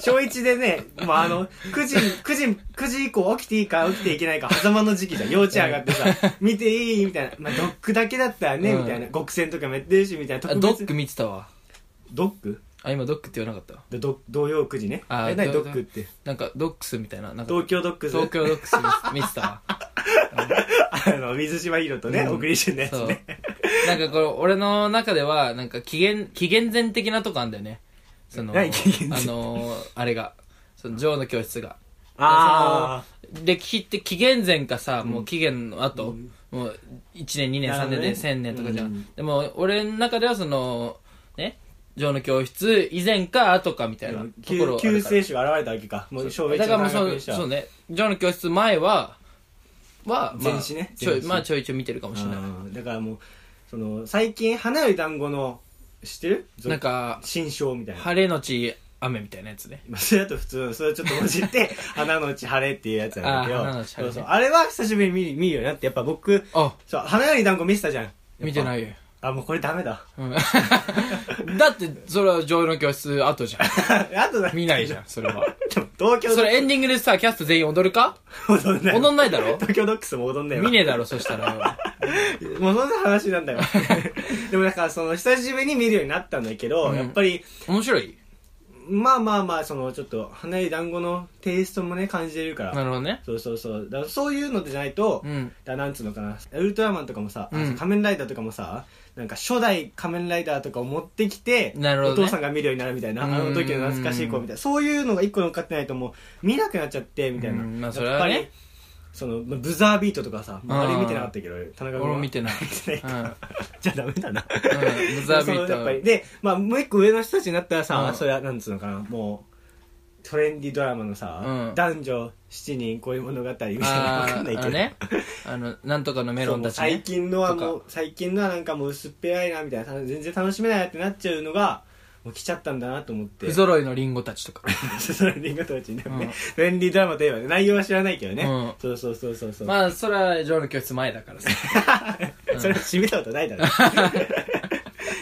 Speaker 1: 小一でね、まあ、あ の、9時、9時、9時以降起きていいか起きていけないか、狭間の時期じゃん。幼稚園上がってさ、見ていいみたいな。まあ、ドックだけだったらね、
Speaker 2: うん
Speaker 1: みたいな。極戦とかもやってるし、みたいな。
Speaker 2: あ
Speaker 1: 特
Speaker 2: ド
Speaker 1: 別
Speaker 2: ック見てたわ
Speaker 1: ドック
Speaker 2: あ今ドックって言わなかった
Speaker 1: でど土曜9時ね。
Speaker 2: あー
Speaker 1: え、何
Speaker 2: ど
Speaker 1: ドックって。
Speaker 2: なんかドックスみたいななんか
Speaker 1: 東京ドックス。
Speaker 2: 東京ドックス見見てたわ
Speaker 1: あの、水島ヒロとね、
Speaker 2: うん
Speaker 1: お送りしてん やつ
Speaker 2: そう
Speaker 1: ね。
Speaker 2: なんかこれ俺の中ではなんか紀元紀元前的なとこあんだよねその
Speaker 1: 何紀元前
Speaker 2: あのーあれがその女王の教室が
Speaker 1: あ
Speaker 2: 歴史って紀元前かさ、もう期限の後、もう1年2年
Speaker 1: なる
Speaker 2: 3
Speaker 1: ほど
Speaker 2: 年
Speaker 1: ね
Speaker 2: で1000年とかじゃん、
Speaker 1: うん
Speaker 2: でも俺の中ではそのね女王の教室以前か後かみたいな
Speaker 1: あ。
Speaker 2: ところ
Speaker 1: 救
Speaker 2: ある
Speaker 1: 救
Speaker 2: から
Speaker 1: 世主が現れたわけか。もう、小
Speaker 2: だ
Speaker 1: 一
Speaker 2: からも
Speaker 1: の
Speaker 2: うそうそうね女王の教室前はは、まあ、
Speaker 1: 前史ね
Speaker 2: ちょ
Speaker 1: 前
Speaker 2: い
Speaker 1: 史
Speaker 2: まあちょいちょい見てるかもしれない
Speaker 1: うんだからもうその最近花より団子の知ってる
Speaker 2: なんか
Speaker 1: 新章みたいな、
Speaker 2: 晴れのち雨みたいなやつね
Speaker 1: まあそれだと普通のそれをちょっと混じって 花のうち晴れっていうやつなんだけ
Speaker 2: あ
Speaker 1: ど
Speaker 2: ー花のうち晴れね
Speaker 1: そうそうあれは久しぶりに見る見るようになってやっぱ僕
Speaker 2: あ
Speaker 1: そう花より団子見てたじゃんやっぱ
Speaker 2: 見てないよ
Speaker 1: あもうこれダメだ
Speaker 2: うん だってそれは女王の教室後じゃん
Speaker 1: あとだ
Speaker 2: 見ないじゃんそれは
Speaker 1: でも東京
Speaker 2: それエンディングでさキャスト全員踊るか
Speaker 1: 踊んない
Speaker 2: 踊んない だろ
Speaker 1: 東京ドックスも踊んない
Speaker 2: 見ねえだろそしたらよ
Speaker 1: もうそんな話なんだ よでもだからその久しぶりに見るようになったんだけど、
Speaker 2: うん
Speaker 1: やっぱり
Speaker 2: 面白い
Speaker 1: まあまあまあそのちょっと花より団子のテイストもね感じてるから
Speaker 2: なるほどね
Speaker 1: そうそうそうだからそういうのじゃないと、
Speaker 2: うん
Speaker 1: だなんつうのかなウルトラマンとかもさ、あ
Speaker 2: うん
Speaker 1: 仮面ライダーとかもさなんか初代仮面ライダーとかを持ってきて、
Speaker 2: なるほど
Speaker 1: お
Speaker 2: ね
Speaker 1: 父さんが見るようになるみたいなあ
Speaker 2: う
Speaker 1: の
Speaker 2: ん
Speaker 1: 時の懐かしい子みたいなそういうのが一個乗っかってないともう見なくなっちゃってみたいな、
Speaker 2: うんまあそれ
Speaker 1: やっ
Speaker 2: は
Speaker 1: ぱ
Speaker 2: ね
Speaker 1: りそのまあブザービートとかさ
Speaker 2: うん
Speaker 1: あれ見てなかったけど田中君は
Speaker 2: 俺も見てない
Speaker 1: 見てない
Speaker 2: うん
Speaker 1: かじゃあダメだな
Speaker 2: うんブザービー
Speaker 1: そのやっぱり
Speaker 2: ト
Speaker 1: で、まあ、もう一個上の人たちになったらさ、
Speaker 2: うん
Speaker 1: それはなんつうのかなもうトレンディドラマのさ、
Speaker 2: うん
Speaker 1: 男女7人恋物語みたいなのわ
Speaker 2: あ
Speaker 1: かんない
Speaker 2: ー
Speaker 1: け
Speaker 2: あ
Speaker 1: ど
Speaker 2: のねあのなんとかのメロンたち
Speaker 1: そうもう最
Speaker 2: ね
Speaker 1: 近のはも
Speaker 2: と
Speaker 1: う最近のはなんかもう薄っぺらいなみたいな全然楽しめないなってなっちゃうのがもう来ちゃったんだなと思って
Speaker 2: 不揃いのリンゴたちとか
Speaker 1: トレンディング当時でも
Speaker 2: うん
Speaker 1: ね、トレンディードラマといえばね内容は知らないけどね、
Speaker 2: うん
Speaker 1: そうそうそうそうそう、
Speaker 2: まあそれは女王の教室前だからさ
Speaker 1: それ染みたことない だろい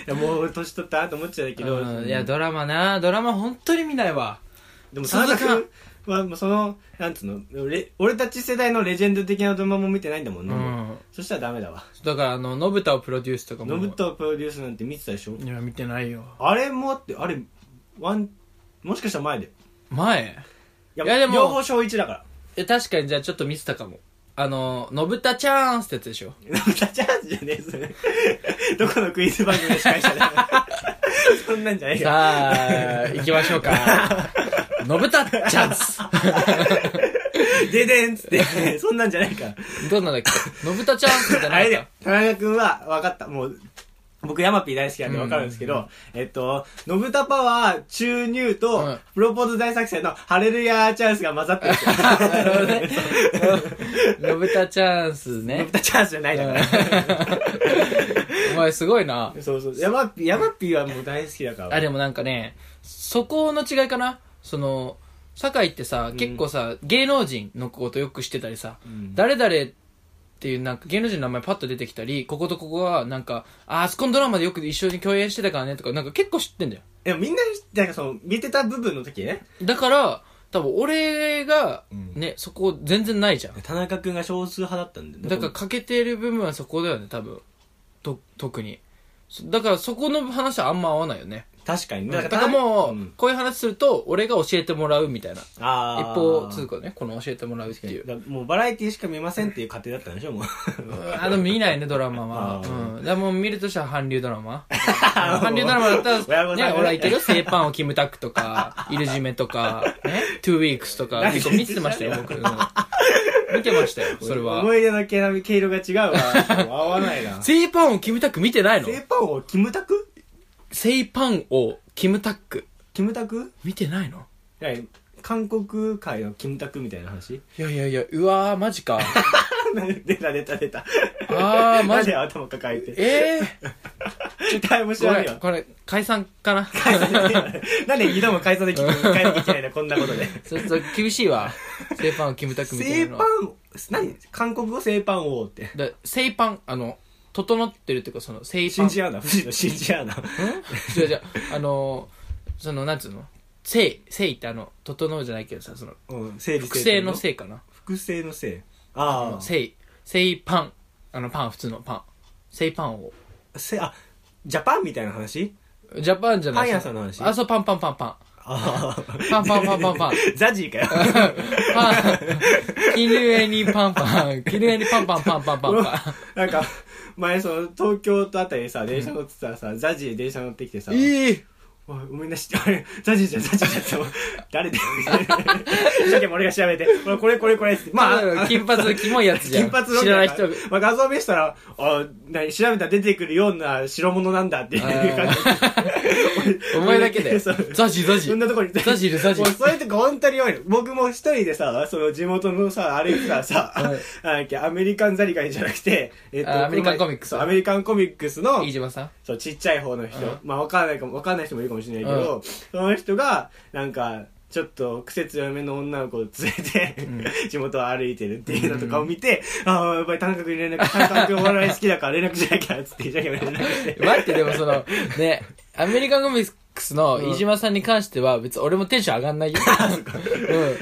Speaker 1: やもう年取ったなと思っちゃうけど、
Speaker 2: うんいやドラマなドラマ本当に見ないわ
Speaker 1: でも
Speaker 2: そ
Speaker 1: 田
Speaker 2: の
Speaker 1: 中君はもうそのなんつうのレ俺たち世代のレジェンド的なドラマも見てないんだもん
Speaker 2: う
Speaker 1: ね、
Speaker 2: ん
Speaker 1: そしたらダメだわ
Speaker 2: だからあの信太をプロデュースとかも
Speaker 1: 信太プロデュースなんて見てたでしょ
Speaker 2: いや見てないよ
Speaker 1: あれもあってあれワンもしかしたら前で
Speaker 2: 前
Speaker 1: いや
Speaker 2: いやでも
Speaker 1: 両方小一だから
Speaker 2: え確かにじゃあちょっと見てたかもあの信太チャーンスってやつでしょ
Speaker 1: 信太チャンスじゃねえそれどこのクイズ番組の司会者だ よそんなんじゃねえよ
Speaker 2: さあ、行きましょう か。のぶたチャンス。
Speaker 1: ででんっつってそんなんじゃないから
Speaker 2: どんなんだっけのぶたチャンスじゃ
Speaker 1: あ
Speaker 2: な
Speaker 1: れ
Speaker 2: い
Speaker 1: だ
Speaker 2: か
Speaker 1: よ。田中君は分かった。もう、僕、ヤマピー大好きなんで分かるんですけど、えっと、のぶたパワー、注入と、
Speaker 2: うん
Speaker 1: プロポーズ大作戦のハレルヤーチャンスが混ざってるん ですよ。
Speaker 2: なるほどね。のぶたチャンス
Speaker 1: の
Speaker 2: ね
Speaker 1: ぶ。たチャンスじゃないだから。
Speaker 2: お前すごいな。
Speaker 1: そうそう。ヤマピー、ヤマピーはもう大好きだから。
Speaker 2: あ、でもなんかね、そこの違いかな。その、堺ってさ、結構さ、芸能人のことよく知ってたりさ、
Speaker 1: うん
Speaker 2: 誰々っていうなんか芸能人の名前パッと出てきたり、こことここはなんか、あ、あそこのドラマでよく一緒に共演してたからねとか、なんか結構知ってんだよ。
Speaker 1: でもみんな、なんかその、見てた部分の時ね。
Speaker 2: だから多分俺が
Speaker 1: うん
Speaker 2: ね、そこ全然ないじゃん
Speaker 1: 田中君が少数派だったんで。
Speaker 2: だから欠けてる部分はそこだよね多分と特にそだからそこの話はあんま合わないよね
Speaker 1: 確かに
Speaker 2: だからもう、
Speaker 1: ん
Speaker 2: こういう話すると、俺が教えてもらうみたいな。
Speaker 1: あ
Speaker 2: 一
Speaker 1: あ
Speaker 2: 方通行ね、この教えてもらうっていう。
Speaker 1: だもうバラエティしか見ませんっていう過程だったんでし ょもう
Speaker 2: あでも見ないね、ドラマは。
Speaker 1: あー
Speaker 2: うん。でも見るとしたら韓流ドラ マ。韓流ドラマだった
Speaker 1: 親
Speaker 2: ら、
Speaker 1: 御さん
Speaker 2: ね、
Speaker 1: がね
Speaker 2: 俺は言ってるよ。セイパンをキムタクと か、イルジメとか、ね、トゥーウィークスとか、結構見てましたよ、僕。うん見てましたよ、それ は。
Speaker 1: 思い出の毛並み毛色が違う わ合わないな
Speaker 2: セイパンをキムタク見てないの
Speaker 1: セイパンをキムタク
Speaker 2: セイパンをキムタク
Speaker 1: キムタク
Speaker 2: 見てないの
Speaker 1: いや韓国界のキムタクみたいな話
Speaker 2: いやいやいや、うわー、マ ジか。
Speaker 1: 出た出た出た
Speaker 2: あー、マ
Speaker 1: マジ
Speaker 2: ジ
Speaker 1: で。頭抱えて
Speaker 2: えー。
Speaker 1: 絶対面
Speaker 2: こ
Speaker 1: 白い
Speaker 2: れ
Speaker 1: よ、
Speaker 2: これ、解散かな
Speaker 1: なんで二度も解散でき ないなきゃいけないのこんなこと で
Speaker 2: ちょっと厳しいわ。セイパンをキムタクみた
Speaker 1: 製
Speaker 2: い
Speaker 1: パ
Speaker 2: な
Speaker 1: ン
Speaker 2: のは。
Speaker 1: 何韓国語製パン王って
Speaker 2: だセイパン、あの、整ってるっていうか、その、セイパ
Speaker 1: 信
Speaker 2: ン。
Speaker 1: じ合うな藤野信じ合うな
Speaker 2: うん違う違う。あの、その、なんつうのセイ、セイってあの、整うじゃないけどさ、その、
Speaker 1: うん整理整頓
Speaker 2: 複製のせいかな。
Speaker 1: 複製のせいああ
Speaker 2: セイ、セイパン。あの、パン、普通のパン。セイパンを。
Speaker 1: せあジャパンみたいな話
Speaker 2: ジャパンじゃな
Speaker 1: パン
Speaker 2: い
Speaker 1: 屋さんの話
Speaker 2: あ、そう、パンパンパンパン。
Speaker 1: ああ
Speaker 2: パンパンパンパンパン。
Speaker 1: ザジーかよ
Speaker 2: パン、 絹枝にパンパン。絹枝にパンパンパンパンパンパ
Speaker 1: なんか前その東京とあたりでさ電車乗ってたらさザジー電車乗ってきてさ
Speaker 2: ン。ええ
Speaker 1: おい、みんな知って、あれ、ザジーじゃん、ザジーじゃんって、誰だよ、みたいな。一生懸命俺が調べて、ほらこれこれこれっつって。まあ、
Speaker 2: 金髪のキモいやつじゃん
Speaker 1: 金髪の
Speaker 2: 知らない人が
Speaker 1: まあ、画像見せたら、あ、なに、調べたら出てくるような白物なんだっていう感じ。
Speaker 2: お 前だけで。
Speaker 1: そ
Speaker 2: ザ
Speaker 1: う
Speaker 2: ジザジ。
Speaker 1: そんなとこに。
Speaker 2: ザジいるザジ
Speaker 1: もう。そういうとこ本当に多いの。僕も一人でさ、その地元のさ、歩いてたらさ、
Speaker 2: はい
Speaker 1: なんだっけ、アメリカンザリガニじゃなくて、えっ
Speaker 2: あアメリカンコミックス
Speaker 1: そうアメリカンコミックスの、
Speaker 2: 飯島さん
Speaker 1: そう、ちっちゃい方の人、
Speaker 2: うん
Speaker 1: まあ、わかんないかも、わかんない人もいるかもしれないけど、その人が、なんか、ちょっと癖強めの女の子を連れて、地元を歩いてるっていうのとかを見て、ああ、やっぱり田中君に連絡、田中君お笑い好きだから連絡しなきゃ、つって一生懸命連絡して。
Speaker 2: 待って、でもその、ね、アメリカンコミックスの飯島さんに関しては、別に俺もテンション上が んないよ。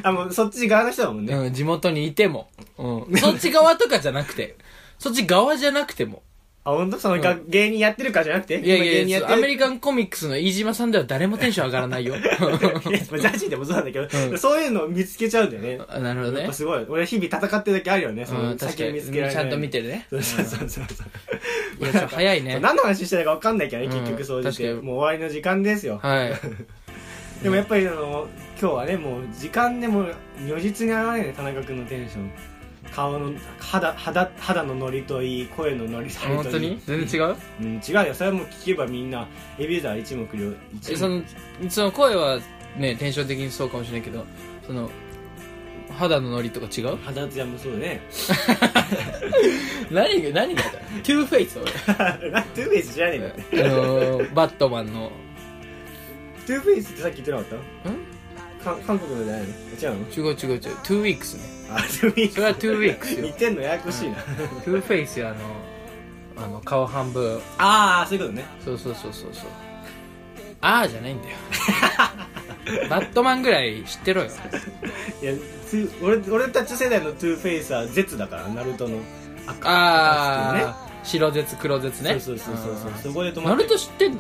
Speaker 1: あ、もうそっち側の人だもん
Speaker 2: う
Speaker 1: ね。
Speaker 2: ん。うん、地元にいても。うん。そっち側とかじゃなくて。そっち側じゃなくても。
Speaker 1: あ、本当その、が芸人やってるかじゃなくて
Speaker 2: いやい
Speaker 1: 今
Speaker 2: や
Speaker 1: 芸
Speaker 2: い
Speaker 1: 人や
Speaker 2: や、
Speaker 1: って
Speaker 2: ア
Speaker 1: る
Speaker 2: メリカンコミックスの飯島さんでは誰もテンション上がらな いよ。
Speaker 1: いや、ザジでもそうなんだけど、そういうのを見つけちゃうんだよね。
Speaker 2: あなるほど
Speaker 1: やっ
Speaker 2: ね
Speaker 1: ぱ。すごい。俺日々戦ってるだけあるよね。そ
Speaker 2: うん、
Speaker 1: の、
Speaker 2: 確
Speaker 1: 先
Speaker 2: か
Speaker 1: に見つけられな
Speaker 2: に。
Speaker 1: い。
Speaker 2: ちゃんと見てるね。
Speaker 1: そうそうそうそう。
Speaker 2: いや、ちょっと早い ね。
Speaker 1: 何の話してたか分かんないけどね、
Speaker 2: うん
Speaker 1: 結局そうじて
Speaker 2: 確かに
Speaker 1: もう終わりの時間ですよ
Speaker 2: はい。
Speaker 1: でもやっぱりあの今日はねもう時間でもう如実に現れるね田中君のテンション顔の肌肌肌のノリといい声のノリといい
Speaker 2: 本当に全然違う
Speaker 1: うん、違うよそれはもう聞けばみんなエビューザー一目瞭
Speaker 2: え
Speaker 1: 一
Speaker 2: そのその声はねテンション的にそうかもしれないけどその肌のノリとか違う
Speaker 1: 肌ツヤもそうだね
Speaker 2: 何が何がだトゥーフェイス俺
Speaker 1: ラトゥーフェイス知らねえんだって
Speaker 2: あのーバットマンの
Speaker 1: トゥーフェイスってさっき言ってなかったか韓国のじゃないの違うの
Speaker 2: 違う違う違うトゥーウィークスね
Speaker 1: あトゥーフェイス
Speaker 2: それはトゥーウィークスよ
Speaker 1: 似てんのややこしいな、
Speaker 2: トゥーフェイスあのあの顔半分
Speaker 1: ああそういうことね
Speaker 2: そうそうそうそうそうああじゃないん だよバットマンぐらい知ってろよ
Speaker 1: いやつ俺俺たち世代のトゥーフェイスは Z だからナルトの赤
Speaker 2: ああ、白絶黒絶ね
Speaker 1: そうそうそうそう
Speaker 2: あー
Speaker 1: そこで止ま
Speaker 2: ナ
Speaker 1: って
Speaker 2: ル
Speaker 1: い
Speaker 2: ト知ってんの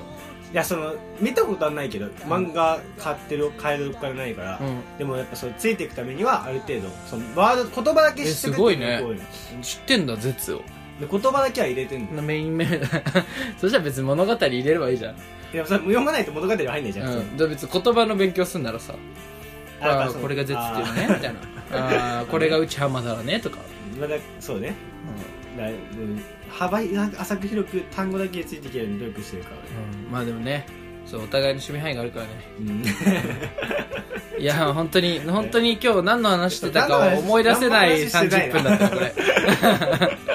Speaker 1: やその見たことはないけど漫画買ってる買えるお金ないから、
Speaker 2: うん
Speaker 1: でもやっぱそれついていくためにはある程度そのワード言葉だけ知って
Speaker 2: えすごい
Speaker 1: っ
Speaker 2: ね
Speaker 1: てうのが
Speaker 2: 知ってんだ絶を
Speaker 1: 多いので言葉だけは入れてんの
Speaker 2: メインメ ールそしたら別に物語入れればいいじゃん、
Speaker 1: いやそれ読まないと物語は入んないじゃん、
Speaker 2: う
Speaker 1: 普通
Speaker 2: ん、だから別に言葉の勉強すんならさ
Speaker 1: あだから
Speaker 2: あ
Speaker 1: そ
Speaker 2: ー
Speaker 1: の
Speaker 2: これが絶っていうね
Speaker 1: あ
Speaker 2: みたいなあーこれが内浜だねとか、
Speaker 1: ーまだそうねだうん幅浅く広く単語だけついていけるように努力してるからね
Speaker 2: うんまあでもねそうお互いの趣味範囲があるからね
Speaker 1: うん
Speaker 2: いや本当 に本当に今日何の話してたかを思い出せない
Speaker 1: 何の話して
Speaker 2: 30
Speaker 1: た
Speaker 2: 分だったよこ れ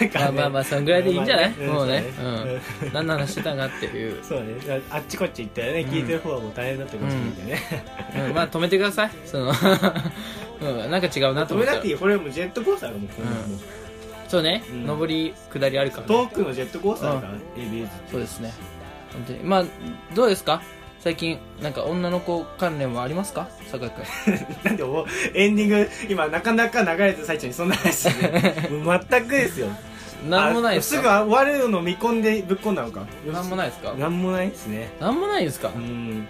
Speaker 1: なんかね
Speaker 2: まあまあまあそんぐらいでいいんじゃない
Speaker 1: まあま
Speaker 2: も
Speaker 1: あ
Speaker 2: うね
Speaker 1: そうだね
Speaker 2: うん何の話してたかっていう、
Speaker 1: そうねだからあっちこっち行ったらね、聞いてる方はもう大変だったかもしれないんだよね、
Speaker 2: うん、まあ止めてくださいその、うん、なんか違うな
Speaker 1: 止
Speaker 2: と思
Speaker 1: め
Speaker 2: っ
Speaker 1: な
Speaker 2: たら
Speaker 1: くていいよこれはもうジェットコースターがもうこんなの、
Speaker 2: うんそうね、
Speaker 1: うん
Speaker 2: 上り下りあるから、ね、
Speaker 1: 遠くのジェットコースターだから、ABS って
Speaker 2: そうですね本当にまあどうですか最近なんか女の子関連はありますか酒井君
Speaker 1: なんでもエンディング今なかなか流れてる最中にそんな話してるもう全くですよ
Speaker 2: なんもない
Speaker 1: あ
Speaker 2: で
Speaker 1: す
Speaker 2: すか
Speaker 1: ぐ終わるの見込んでぶっこんだのか
Speaker 2: なんもないですか
Speaker 1: なんもないですね
Speaker 2: なんもないですか
Speaker 1: うん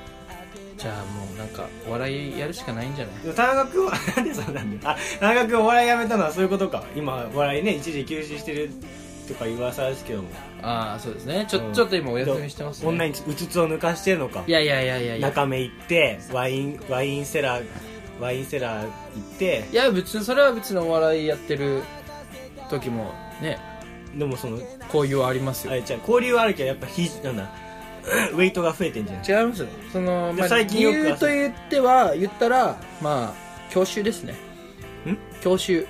Speaker 2: じゃあもうなんかお笑いやるしかないんじゃない
Speaker 1: でも田中君はなんでそうなんだよあ田中君お笑いやめたのはそういうことか今お笑いね一時休止してるとか噂ですけども
Speaker 2: ああそうですねちょ,、
Speaker 1: うん
Speaker 2: ちょっと今お休みしてます
Speaker 1: オンライ
Speaker 2: ね
Speaker 1: ンうつつを抜かしてるのか
Speaker 2: いやいやいやいやいや
Speaker 1: 中目行ってワインワインセラーワインセラー行って
Speaker 2: いや別にそれは別にお笑いやってる時もね
Speaker 1: でもその
Speaker 2: 交流はあります
Speaker 1: あ
Speaker 2: よ
Speaker 1: れじゃあ交流はあるけどやっぱひなんだ ウェイトが増えてんじゃない
Speaker 2: 違いますよその、
Speaker 1: で
Speaker 2: まあ、
Speaker 1: 最近
Speaker 2: 理
Speaker 1: よく
Speaker 2: 由と言っては言ったらまあ教習ですね
Speaker 1: ん
Speaker 2: 教習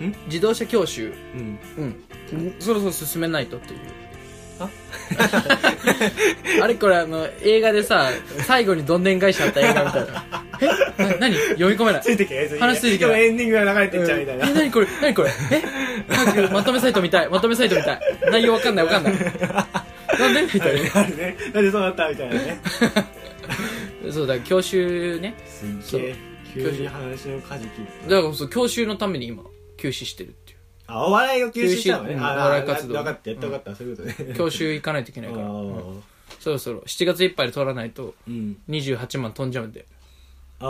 Speaker 2: ん自動車教習
Speaker 1: うん
Speaker 2: うんそろそろ進めないとっていう
Speaker 1: あ
Speaker 2: あれこれあの映画でさ最後にどんでん返しあった映画みたいなえな何読み込 めない
Speaker 1: ついてけ
Speaker 2: 話ついてけ
Speaker 1: でもエンディングが流れてっちゃうみたい な、
Speaker 2: え何これ何これえ早くまとめサイト見たいまとめサイト見たい内容わかんないわか んないなんでみた
Speaker 1: あ
Speaker 2: い
Speaker 1: るねあるねなんでそうなったみたいなね
Speaker 2: なそうだから教習ね
Speaker 1: す
Speaker 2: そう
Speaker 1: っげえ急に話のカジキ
Speaker 2: だからそう教習のために今休止してるっていう
Speaker 1: あお笑いを休止したのね
Speaker 2: 休止うん
Speaker 1: あ
Speaker 2: お笑い活動
Speaker 1: 分かったやった分かった、そういうことね
Speaker 2: 教習行かないといけ ない
Speaker 1: あ
Speaker 2: から、うん
Speaker 1: ー
Speaker 2: そろそろ7月いっぱいで取らないと
Speaker 1: うん
Speaker 2: 28万飛んじゃうんで、
Speaker 1: あ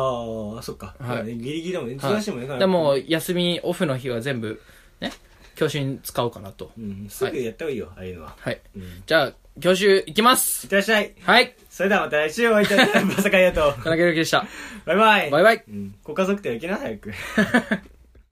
Speaker 1: あそっか、
Speaker 2: はい
Speaker 1: ギリギリだもんね
Speaker 2: は
Speaker 1: 忙しいもんね、
Speaker 2: い、でも休みオフの日は全部ね教習に使おうかなと
Speaker 1: うん、すぐやった方がいいよ、ああいうのは
Speaker 2: はい、
Speaker 1: ん
Speaker 2: じゃあ教習行きま
Speaker 1: いっ
Speaker 2: す
Speaker 1: てらっしゃい
Speaker 2: はい
Speaker 1: それではまた来週お会いいた いまさかありがとう
Speaker 2: 田中裕樹でした
Speaker 1: バイバイ
Speaker 2: バイバイ
Speaker 1: うん、ご家族で行きな早く